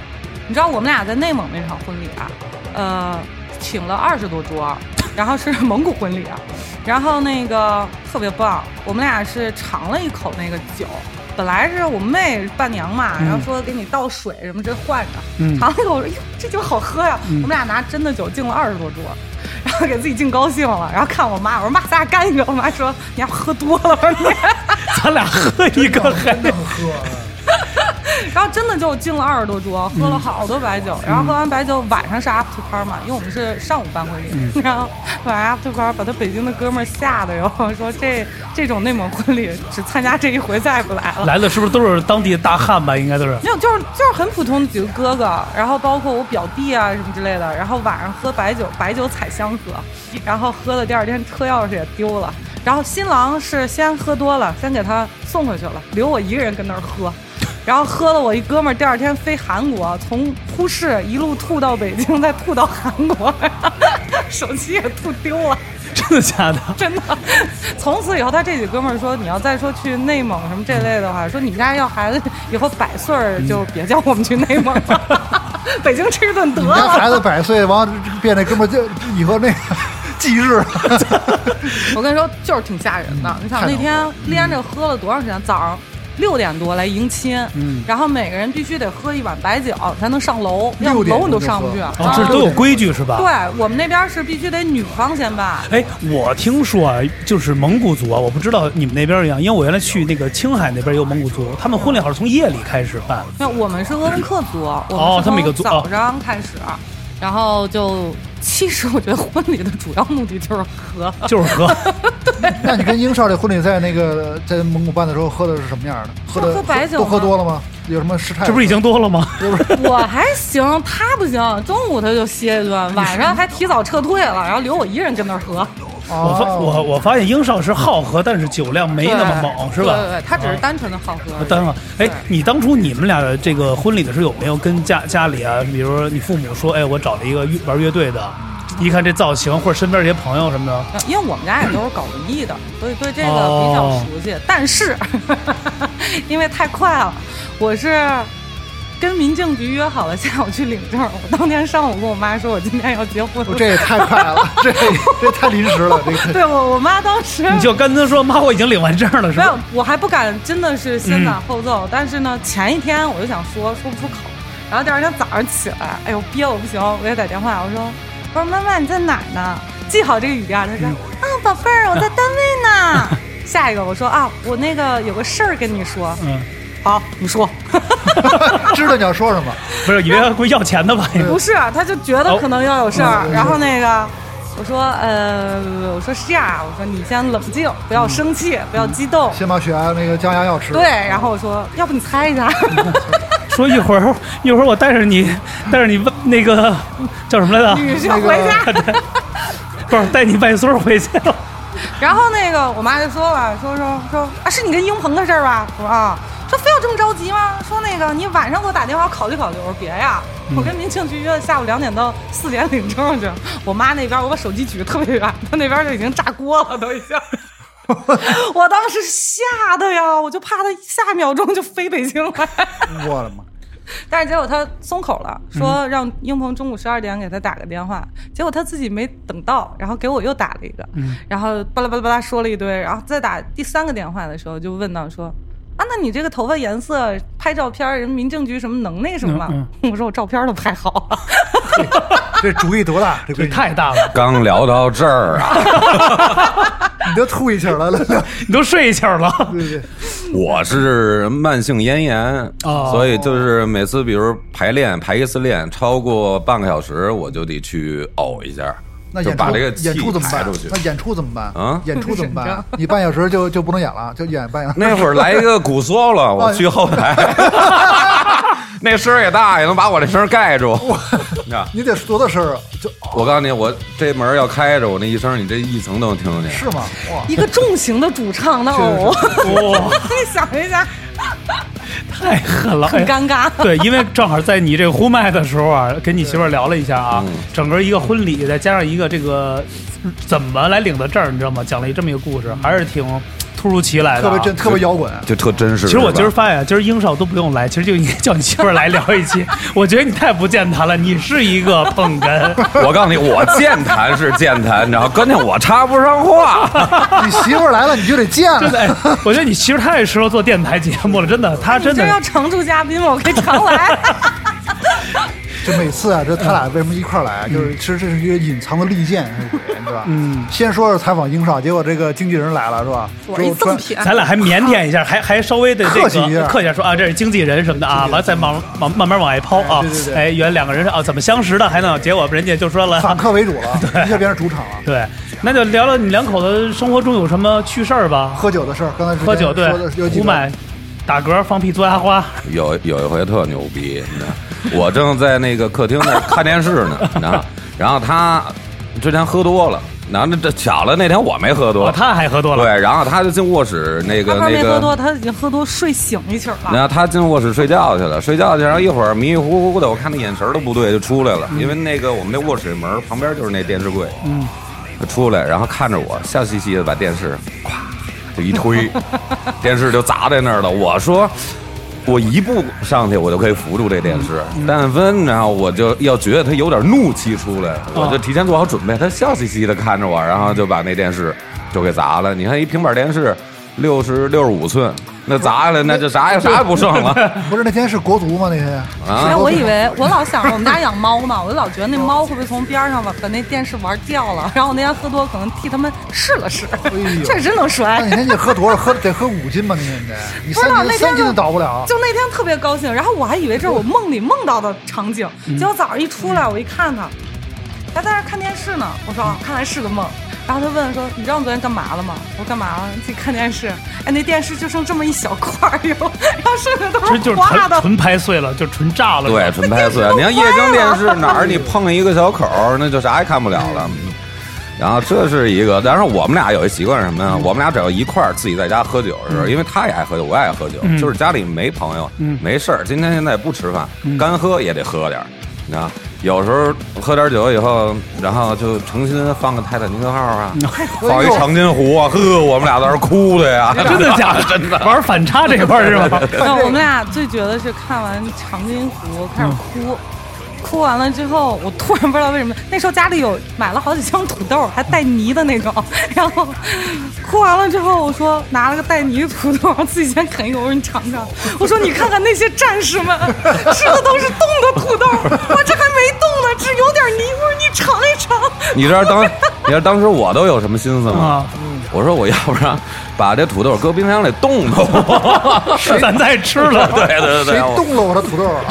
S4: 你知道我们俩在内蒙那场婚礼啊，呃，请了二十多桌，然后是蒙古婚礼啊，然后那个特别棒，我们俩是尝了一口那个酒。本来是我妹伴娘嘛，
S1: 嗯
S4: 然后说给你倒水什么，这换着。尝了一口，我说哟，这酒好喝呀！
S1: 嗯
S4: 我们俩拿真的酒敬了二十多桌，然后给自己敬高兴了。然后看我妈，我说妈，咱俩干一个。我妈说你还喝多了吧你。
S1: 咱俩喝一个 还
S2: 真的喝啊，
S4: 然后真的就敬了二十多桌，喝了好多白酒。然后喝完白酒，晚上是 after party 嘛，因为我们是上午办婚礼，然后晚上 after party 把他北京的哥们儿吓得，然后说这这种内蒙婚礼只参加这一回，再也不来了。
S1: 来的是不是都是当地的大汉吧？应该都是。
S4: 没有，就是就是很普通的几个哥哥，然后包括我表弟啊什么之类的，然后晚上喝白酒，白酒采香喝，然后喝了第二天车钥匙也丢了，然后新郎是先喝多了，先给他送回去了，留我一个人跟那儿喝，然后喝了我一哥们儿，第二天飞韩国，从呼市一路吐到北京，再吐到韩国， 手机也吐丢了。
S1: 真的假 的？
S4: 真的。从此以后，他这几哥们儿说，你要再说去内蒙什么这类的话，说你们家要孩子以后百岁儿就别叫我们去内蒙 了，北京吃一顿得
S2: 你家
S4: 了。
S2: 孩子百岁，完变那哥们儿就以后那个忌日，
S4: 我跟你说，就是挺吓人的。你想那天
S2: 嗯
S4: 连着喝了多长时间？早上六点多来迎亲，
S2: 嗯
S4: 然后每个人必须得喝一碗白酒才能上楼，要
S2: 六
S4: 不
S2: 点
S4: 楼
S2: 钟
S4: 你都
S2: 就
S4: 上不
S2: 喝
S4: 去。
S1: 啊，这
S4: 啊
S1: 都有规矩是吧？
S4: 对我们那边是必须得女方先办，
S1: 哎，我听说啊，就是蒙古族啊，我不知道你们那边一样，因为我原来去那个青海那边有蒙古族，他们婚礼好像从夜里开始办，
S4: 那我们是鄂温克族，
S1: 哦
S4: 我
S1: 他们一
S4: 们
S1: 个
S4: 是
S1: 族
S4: 从
S1: 哦
S4: 早上开始，然后就其实我觉得婚礼的主要目的就是 喝，
S1: 就是喝
S2: 那你跟英少这婚礼在那个在蒙古办的时候喝的是什么样的？喝的
S4: 就喝白酒
S2: 都喝
S4: 吗
S2: 多了吗？有什么失态？
S1: 这不是已经多了吗？
S4: 我还行，他不行，中午他就歇一顿，晚上还提早撤退 了，然后留我一人跟那儿喝，
S2: 哦
S1: 我发我我发现英少是好喝，但是酒量没那么猛，是吧？啊
S4: 对对对，他只是单纯的好喝而已。
S1: 当然了，哎
S4: 对，
S1: 你当初你们俩的这个婚礼的时候，有没有跟家家里啊，比如说你父母说，哎，我找了一个乐玩乐队的，一看这造型，或者身边这些朋友什么的，
S4: 因为我们家也都是搞文艺的，所以对这个比较
S1: 哦
S4: 熟悉。但是， 因为太快了，我是跟民政局约好了下午去领证。我当天上午跟我妈说，我今天要结婚
S1: 哦
S2: 我。这也太快了，这 这太临时了，这个
S4: 对我，我妈当时
S1: 你就跟他说，妈，我已经领完证了，是
S4: 没有
S1: 吧？，
S4: 我还不敢，真的是先
S1: 嗯
S4: 斩后奏。但是呢，前一天我就想说，说不出口。然后第二天早上起来，哎呦，憋我不行，我给她打电话，我说，我说妈妈你在哪儿呢？记好这个语调。她
S2: 嗯
S4: 说，啊，宝贝儿，我在单位呢。下一个我说啊，我那个有个事儿跟你说。
S1: 嗯，
S4: 好，你说。
S2: 知道你要说什么。
S1: 不是，以为他会要钱的吧？
S4: 不是，啊他就觉得可能要有事儿
S2: 嗯哦，
S4: 然后那个。我说，呃，我说是这样，我说你先冷静，不要生气，不要激动。
S2: 先把血压那个降压药吃了。
S4: 对，然后我说，要不你猜 一下，
S1: 说一会儿，一会儿我带着你，带着你问那个叫什么来着？
S4: 女婿
S2: 那个
S4: 回家。
S1: 不是，带你外孙儿回去了。
S4: 然后那个我妈就说了，说说说啊，是你跟英鹏的事儿吧？我说啊，说非要这么着急吗？说那个你晚上给我打电话，我考虑考虑。我说别呀，我跟民庆局约下午两点到四点领证去。我妈那边我把手机举得特别远，她那边就已经炸锅了，都已经。我当时吓得呀，我就怕她下一秒钟就飞北京来。
S2: 我的妈！
S4: 但是结果他松口了，
S1: 嗯
S4: 说让英鹏中午十二点给他打个电话，结果他自己没等到，然后给我又打了一个，
S1: 嗯
S4: 然后巴拉巴拉巴拉说了一堆，然后再打第三个电话的时候就问到说。啊，那你这个头发颜色拍照片儿，人民政局什么能那什么了？
S1: 嗯
S4: 我说我照片儿都拍好了，
S2: 这主意多大？这
S1: 这
S2: 闺女，
S1: 太大了，
S3: 刚聊到这儿啊，
S2: 你都吐一气儿了，来来来
S1: 你都睡一觉了。
S2: 对对，
S3: 我是慢性咽炎，
S1: 哦
S3: 所以就是每次比如排练排一次练超过半个小时，我就得去呕一下，
S2: 那
S3: 就
S2: 演
S3: 把
S2: 出
S3: 这个气
S2: 演出怎么
S3: 排
S2: 办
S3: 出去？
S2: 那。演出怎么办？
S3: 啊
S2: 演出怎么
S4: 紧
S2: 办
S4: 张？
S2: 你半小时就就不能演了，就演半小时。
S3: 那会儿来一个鼓 solo，我 去后台，那声儿也大，也能把我这声儿盖 住。啊
S2: 你得多大声啊？就
S3: 我告诉你，我这门要开着，我那一声，你这一层都能听得见。
S2: 是吗？哇！
S4: 一个重型的主唱的 偶，
S1: 哇，
S4: 你想一下，
S1: 太狠了，
S4: 很
S1: 哎
S4: 尴尬。
S1: 对，因为正好在你这个呼麦的时候啊，跟你媳妇儿聊了一下啊
S3: 嗯，
S1: 整个一个婚礼，再加上一个这个怎么来领的证儿，你知道吗？讲了这么一个故事，还是挺突如其来的、
S2: 特
S1: 啊，
S2: 别真，特别摇滚。
S3: 就特真实。
S1: 其实我
S3: 是吧
S1: 今儿发现啊，今儿英少都不用来，其实就应该叫你媳妇儿 来聊一期。我觉得你太不健谈了，你是一个捧哏。
S3: 我告诉你，我健谈是 健谈，你知道，关键我插不上话。
S2: 你媳妇儿来了，你就得见
S1: 真
S2: 了。
S1: 的，哎我觉得你其实太适合做电台节目了，真的，他 真
S4: 你这要
S1: 的。
S4: 常驻嘉宾吗？我可以 常来。
S2: 就每次啊，这他俩为什么一块儿来？啊就是其实这是一个隐藏的利剑，啊是鬼，你知道吧？嗯。先说是采访英少，结果这个经纪人来了，是吧？
S4: 我一
S2: 说
S4: 赠品，
S1: 咱俩还腼腆一下，还还稍微的这个
S2: 客气一下
S1: 客气说啊，这是经纪人什么的啊，完了再往往慢慢往外抛啊
S2: 对对。对
S1: 哎，原来两个人是啊怎么相识的，还能结果人家就说了，啊
S2: 反客为主了，一下变成主场了。
S1: 对，那就聊聊你两口子生活中有什么趣事儿吧。
S2: 喝酒的事儿，刚才之前
S1: 喝酒对
S2: 说的，有几
S1: 胡
S2: 个
S1: 买、打嗝、放屁、嘬牙花，
S3: 有有一回特牛逼，你知道，我正在那个客厅那儿看电视 呢，你知道，然后他之前喝多了，然后这这巧了，那天我没喝
S1: 我
S3: 多，
S1: 哦他还喝多了。
S3: 对，然后他就进卧室那
S4: 他
S3: 个
S4: 不是
S3: 那
S4: 没喝多，
S3: 个。
S4: 他已经喝多睡醒一宿了
S3: 然。后他进卧室睡觉去了，睡觉去，然后一会儿迷迷糊糊的，我看他眼神儿都不对，就出来了。因为那个我们那卧室门儿旁边就是那电视柜，嗯，他出来，然后看着我，笑嘻嘻的把电视咵就一推，电视就砸在那儿了。我说我一步上去我就可以扶住这电视，但温然后我就要觉得他有点怒气出来，我就提前做好准备，他笑嘻嘻的看着我，然后就把那电视就给砸了。你看一平板电视，六十六十五寸，那砸了那就啥也啥也不剩了
S2: 不是那天是国足吗？那天
S4: 哎，
S3: 啊！
S4: 我以为我老想着我们家养猫嘛，我就老觉得那猫会不会从边上把把那电视玩掉了？然后我那天喝多，可能替他们试了试
S2: 呦，
S4: 确实能摔
S2: 那。你天你喝多少？喝得喝五斤吧？那天 你得，你
S4: 不知道
S2: 三斤
S4: 那
S2: 三
S4: 天
S2: 斤都
S4: 就
S2: 倒不了。
S4: 就那天特别高兴，然后我还以为这是我梦里梦到的场景，结果早上一出来，我一看他，他在那儿看电视呢。我说啊，看来是个梦。然后他问说：“你知道我昨天干嘛了吗？”我说：“干嘛了？你自己看电视。”哎，那电视就剩这么一小块儿哟，然后剩下都
S1: 这就是
S4: 是花
S1: 纯
S4: 的。
S1: 纯拍碎了，就纯炸了。
S3: 对，，纯拍碎。你看液晶电视哪儿你碰一个小口儿，那就啥也看不了了。
S1: 嗯
S3: 然后这是一个，但是我们俩有一习惯是什么
S1: 嗯
S3: 呀？我们俩只要一块儿自己在家喝酒的时候，因为他也爱喝酒，我也爱喝酒，
S1: 嗯
S3: 就是家里没朋友，没事儿，今天现在不吃饭，
S1: 嗯
S3: 干喝也得喝点儿，你知道。有时候喝点酒以后，然后就诚心放个泰坦尼克 号啊，
S1: 哎
S3: 放一长津湖啊，呵，我们俩在那儿哭的呀，
S1: 真的假的？真的玩反差这一块儿是吗？
S4: 那我们俩最绝的是看完《长津湖》开始哭。哭完了之后，我突然不知道为什么，那时候家里有买了好几箱土豆，还带泥的那种。 然后哭完了之后，我说拿了个带泥的土豆，自己先啃一口，我说你尝尝。我说你看看那些战士们吃的都是冻的土豆，我这还没冻呢，只有点泥。我说你尝一尝。
S3: 你知道当，你知道当时我都有什么心思吗
S1: 啊？
S3: 我说我要不然把这土豆搁冰箱里冻冻。
S1: 咱再吃了。
S3: 对对对
S2: 谁
S3: 对，我
S2: 动了我的土豆啊？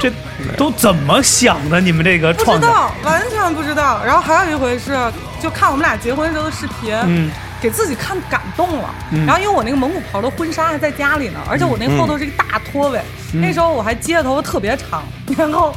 S1: 这都怎么想的？你们这个
S4: 不知
S1: 创造，
S4: 道，完全不知道。然后还有一回是，就看我们俩结婚时候的视频，
S1: 嗯
S4: 给自己看感动了。然后因为我那个蒙古袍的婚纱还在家里呢，
S1: 嗯
S4: 而且我那后头是一个大拖尾，那时候我还接的头发特别长， 然后。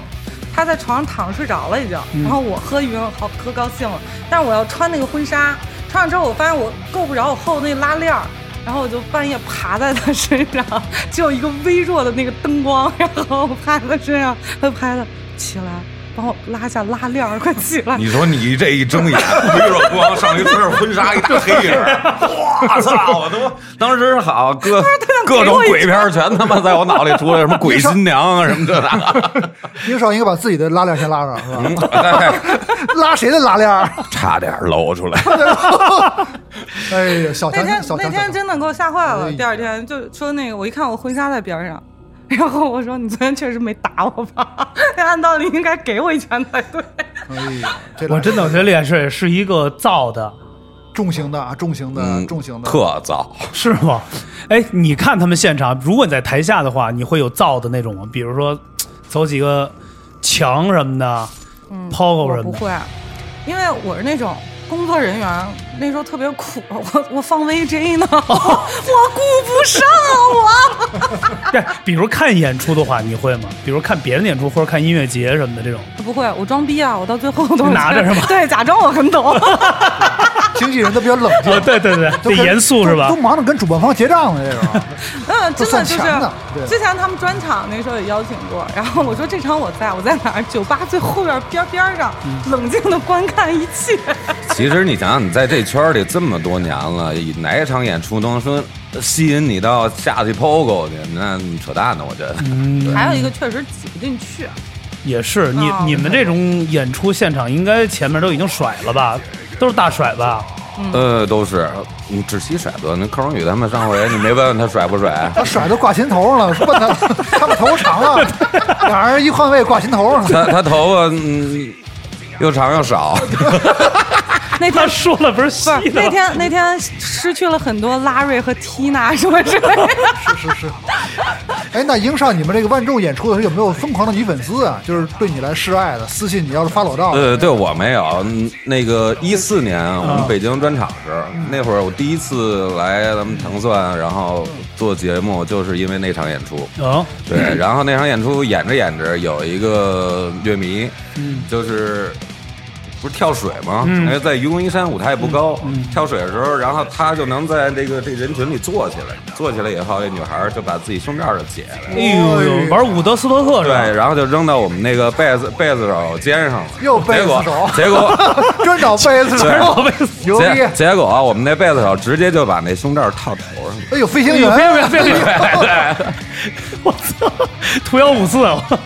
S4: 他在床上躺着睡着了，已经。
S1: 嗯
S4: 然后我喝晕了，好喝高兴了。但是我要穿那个婚纱，穿上之后我发现我够不着我后头那拉链儿，然后我就半夜爬在他身上， 只有一个微弱的那个灯光，然后我趴在他身上，他就拍他起来，帮我拉下拉链儿，快 起来！
S3: 你说你这一睁眼，微弱光上一身婚纱，一大黑影儿，我操！我都当时好各各种鬼片儿全他妈在我脑里出来，什么鬼新娘啊，什么这那的。
S2: 宁少应该把自己的拉链先拉上，是吧？
S3: 哎
S2: 拉谁的拉 链儿？
S3: 差点露出来，
S2: 哎呀，小
S4: 那
S2: 强
S4: 天
S2: 小
S4: 那
S2: 强，
S4: 天真的给我吓坏了，
S2: 哎
S4: 第二天就说那个，我一看我婚纱在边上，然后我说你昨天确实没打我吧？ 按道理应该给我一拳才对。
S2: 哎呀，这
S1: 我真的我觉得脸水是一个造的，
S2: 重型的啊，重型的，
S3: 嗯
S2: 重型的，
S3: 特糟。
S1: 是吗？哎，你看他们现场，如果你在台下的话，你会有造的那种吗？比如说走几个墙什么的，抛
S4: 嗯我
S1: 狗什
S4: 不
S1: 么的。
S4: 会，啊因为我是那种工作人员，那时候特别苦，我我放 VJ 呢，我顾不上啊，
S1: 对，哎比如看演出的话，你会吗？比如看别人演出或者看音乐节什么的这种，
S4: 我 不会，我装逼啊，我到最后都
S1: 拿着是吧
S4: 对，假装我很懂。
S2: 经纪人都比较冷静
S1: 哦，， 对对对，
S2: 都
S1: 得
S2: 跟
S1: 严肃是吧
S2: 都都？忙着跟主办方结账呢，这种。
S4: 嗯，真的就
S2: 都算钱呢对？
S4: 是，之前他们专场那时候也邀请过，然后我说这场我在，我在哪儿？酒吧最后边边边上，冷静的观看一切。
S3: 其实你想想，你在这圈儿里这么多年了，以哪一场演出能说吸引你到下去 POGO 去？那你扯淡呢，我觉得。
S4: 还有一个确实挤不进去，
S1: 也是，你
S4: 哦
S1: 你们这种演出现场应该前面都已经甩了吧？都是大甩吧？
S3: 呃，都是，嗯，只惜甩不得。那寇荣宇他们上回你没问问他甩不甩
S2: 他甩都挂琴头上了，说他他把头发 长啊，俩人一换位挂琴头上了。
S3: 他他头发嗯又长又少，
S4: 那
S1: 他
S4: 天。
S1: 说了不是
S4: 不是
S1: 戏的
S4: 那
S1: 吗，
S4: 天，那天失去了很多拉瑞和缇娜什么之类的。
S2: 是是是。哎，那英少，你们这个万众演出的时候有没有疯狂的女粉丝啊？就是对你来示爱的，私信你要是发裸照，
S3: 呃，对我没有。嗯那个一四年我们北京专场时，那会儿我第一次来咱们糖蒜，然后做节目，就是因为那场演出。
S1: 嗯，
S3: 对，然
S2: 嗯
S3: 后那场演出演着演着，有一个乐迷，就是不是跳水吗？因为在愚公移山舞台也不高，
S2: 嗯
S3: 跳水的时候，然后他就能在这个这人群里坐起来，坐起来以后，这女孩就把自己胸罩就解下来了，
S1: 哎呦，玩伍德斯托克是
S2: 啊
S1: 吧？
S3: 对，然后就扔到我们那个贝斯贝斯手肩上了，
S2: 又贝斯手
S3: 结果。结果
S2: 专找贝斯手，牛逼！
S3: 结结果啊我们那贝斯手直接就把那胸罩套头上了，
S2: 哎呦，飞行
S1: 哎呦别
S2: 员，
S1: 别别别别！ 我操，图幺五四，啊我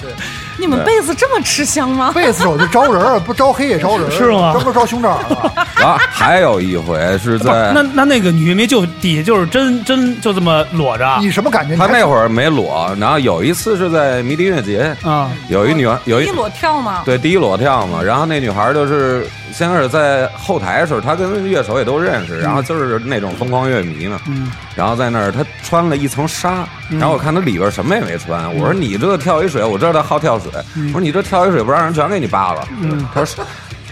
S4: 你们被子这么吃香吗？
S2: 贝斯手就招人儿，不招黑也招人儿，
S1: 是吗
S2: 专门招啊胸罩儿 的，
S3: 然后还有一回
S1: 不
S2: 哦
S3: 是
S1: 是
S3: 在
S1: 那那那个女乐迷就底下就是真真就这么裸着啊
S2: 你什么感觉？你
S3: 他
S2: 还
S3: 那会儿没裸，然后有一次是在迷笛音乐节，
S2: 嗯
S1: 啊，
S3: 有一女孩有
S4: 哦一
S3: 一
S4: 裸跳吗？
S3: 对第一裸跳嘛，然后那女孩就是先开始在后台的时候，她跟乐手也都认
S4: 嗯
S3: 识，然后就是那种疯狂乐迷嘛，
S1: 嗯
S3: 然后在那儿她穿了一层纱，
S1: 嗯
S3: 然后我看她里边什么也没穿，
S4: 嗯
S3: 我说你这跳一水，我知道她好跳水，我说你这跳一水不让人全给你扒了，
S4: 嗯
S3: 她说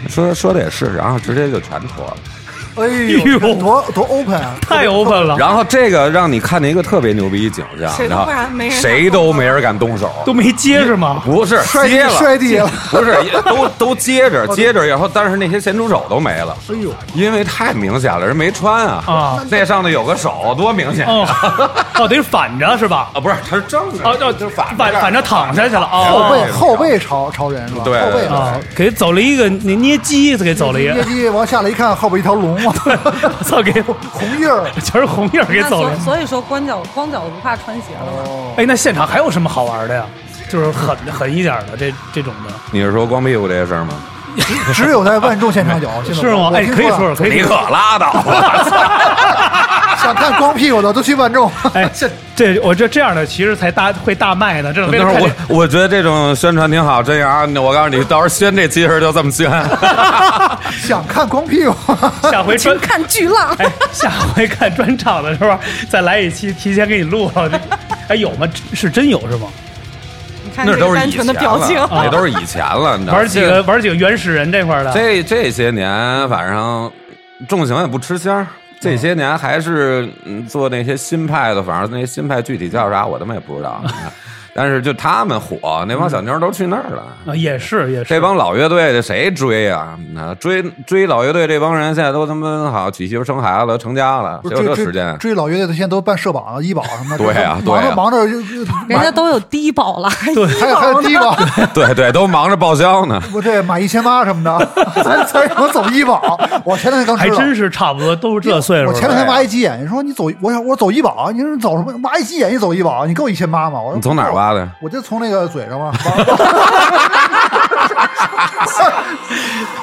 S3: 说说的也是，然后直接就全脱了。
S2: 哎
S1: 哎
S2: 呦，
S1: 呦
S2: 多多 open 啊！
S1: 太 open 了，
S3: 然后这个让你看见一个特别牛逼景象，
S4: 谁都
S3: 然后
S4: 不然没人
S3: 谁都没人敢动手，
S1: 都没结实吗？
S3: 不是
S2: 摔
S3: 接
S2: 地
S3: 了，
S2: 摔地了，
S3: 不是也 都都接着接着，然后但是那些咸猪手都没了，
S2: 哎呦，
S3: 因为太明显了，人没穿啊，
S1: 啊
S3: 那上头有个手多明显
S1: 哦哦，得反着是吧？
S3: 啊，不是，他是正着，
S1: 哦，哦，
S3: 就是
S1: 反
S3: 反
S1: 反反
S3: 着
S1: 着躺下去了
S2: 后
S1: 哦
S2: 背后背朝朝人是吧？
S3: 对
S2: 后背
S3: 对
S2: 朝
S1: 啊
S2: 人，
S1: 给走了一个捏捏鸡，给走了一
S2: 业
S1: 个，
S2: 绩往下来一看，后边一条龙，
S1: 我 操，给
S2: 红印 儿。
S1: 全是红印儿给
S4: 那
S1: 走
S4: 所
S1: 了。
S4: 所以说光脚光脚的不怕穿鞋了吗？
S2: 哦，
S1: 哎，那现场还有什么好玩的呀？就是狠狠一点的这这种的，
S3: 你是说光屁股这些事儿吗？
S2: 只有在万众现场有，现在
S1: 是吗？
S2: 我
S1: 哎，
S2: 听
S1: 可以说说，
S2: 了
S1: 可以
S3: 你
S1: 说
S3: 可
S1: 说。
S3: 拉倒吧！
S2: 想看光屁股的都去万众。
S1: 哎，这这我这这样的其实才大会大卖的，这种
S3: 但是我我觉得这种宣传挺好，真阳，我告诉你，到时候宣这其实就这么宣。
S2: 想看光 屁股，
S1: 下回专
S4: 请看巨浪。
S1: 哎，下回看专场的时候再来一期，提前给你录了。这哎，有吗？是真有是吗？
S4: 你看
S3: 那
S4: 这
S3: 都
S4: 个
S3: 是以
S4: 单
S3: 前
S4: 纯
S3: 了
S4: 的表情，
S3: 那都是以前了。你知道吗
S1: 玩几个玩几个原始人这块儿
S2: 啊
S1: 的，
S3: 啊这这些年，反正重型也不吃香儿。
S2: 嗯
S3: 这些年还是嗯做那些新派的，反正那些新派具体叫啥，我他妈也不 知道。但是就他们火，那帮
S2: 嗯
S3: 小妞儿都去那儿了。
S1: 啊也是也是
S3: 这帮老乐队的谁追啊？那追追老乐队这帮人现在都他妈好娶媳妇生孩子成家了，
S2: 不
S3: 只
S2: 是
S3: 有这
S2: 追
S3: 时间
S2: 追。追老乐队的，现在都办社保了、医保什么的。
S3: 对啊
S2: 忙
S3: 对
S2: 着
S3: 啊
S2: 忙着就，
S4: 人家都有低保了，对，
S2: 还有还有低保，
S3: 对对，都忙着报销呢。
S2: 我这买一千八什么的， 咱咱怎么走医保？我前两天刚
S1: 还
S2: 知道。
S1: 真是差不多都是这岁数哎
S2: 我
S1: 了。
S2: 前两天挖一鸡眼，你说你走，我想我走医保，啊你说走什么？挖一鸡眼，你走医保，你够一千八吗？我说
S3: 你从哪儿？挖的？
S2: 我就从那个嘴 上挖。我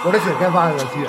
S2: 这嘴该挖这个鸡眼。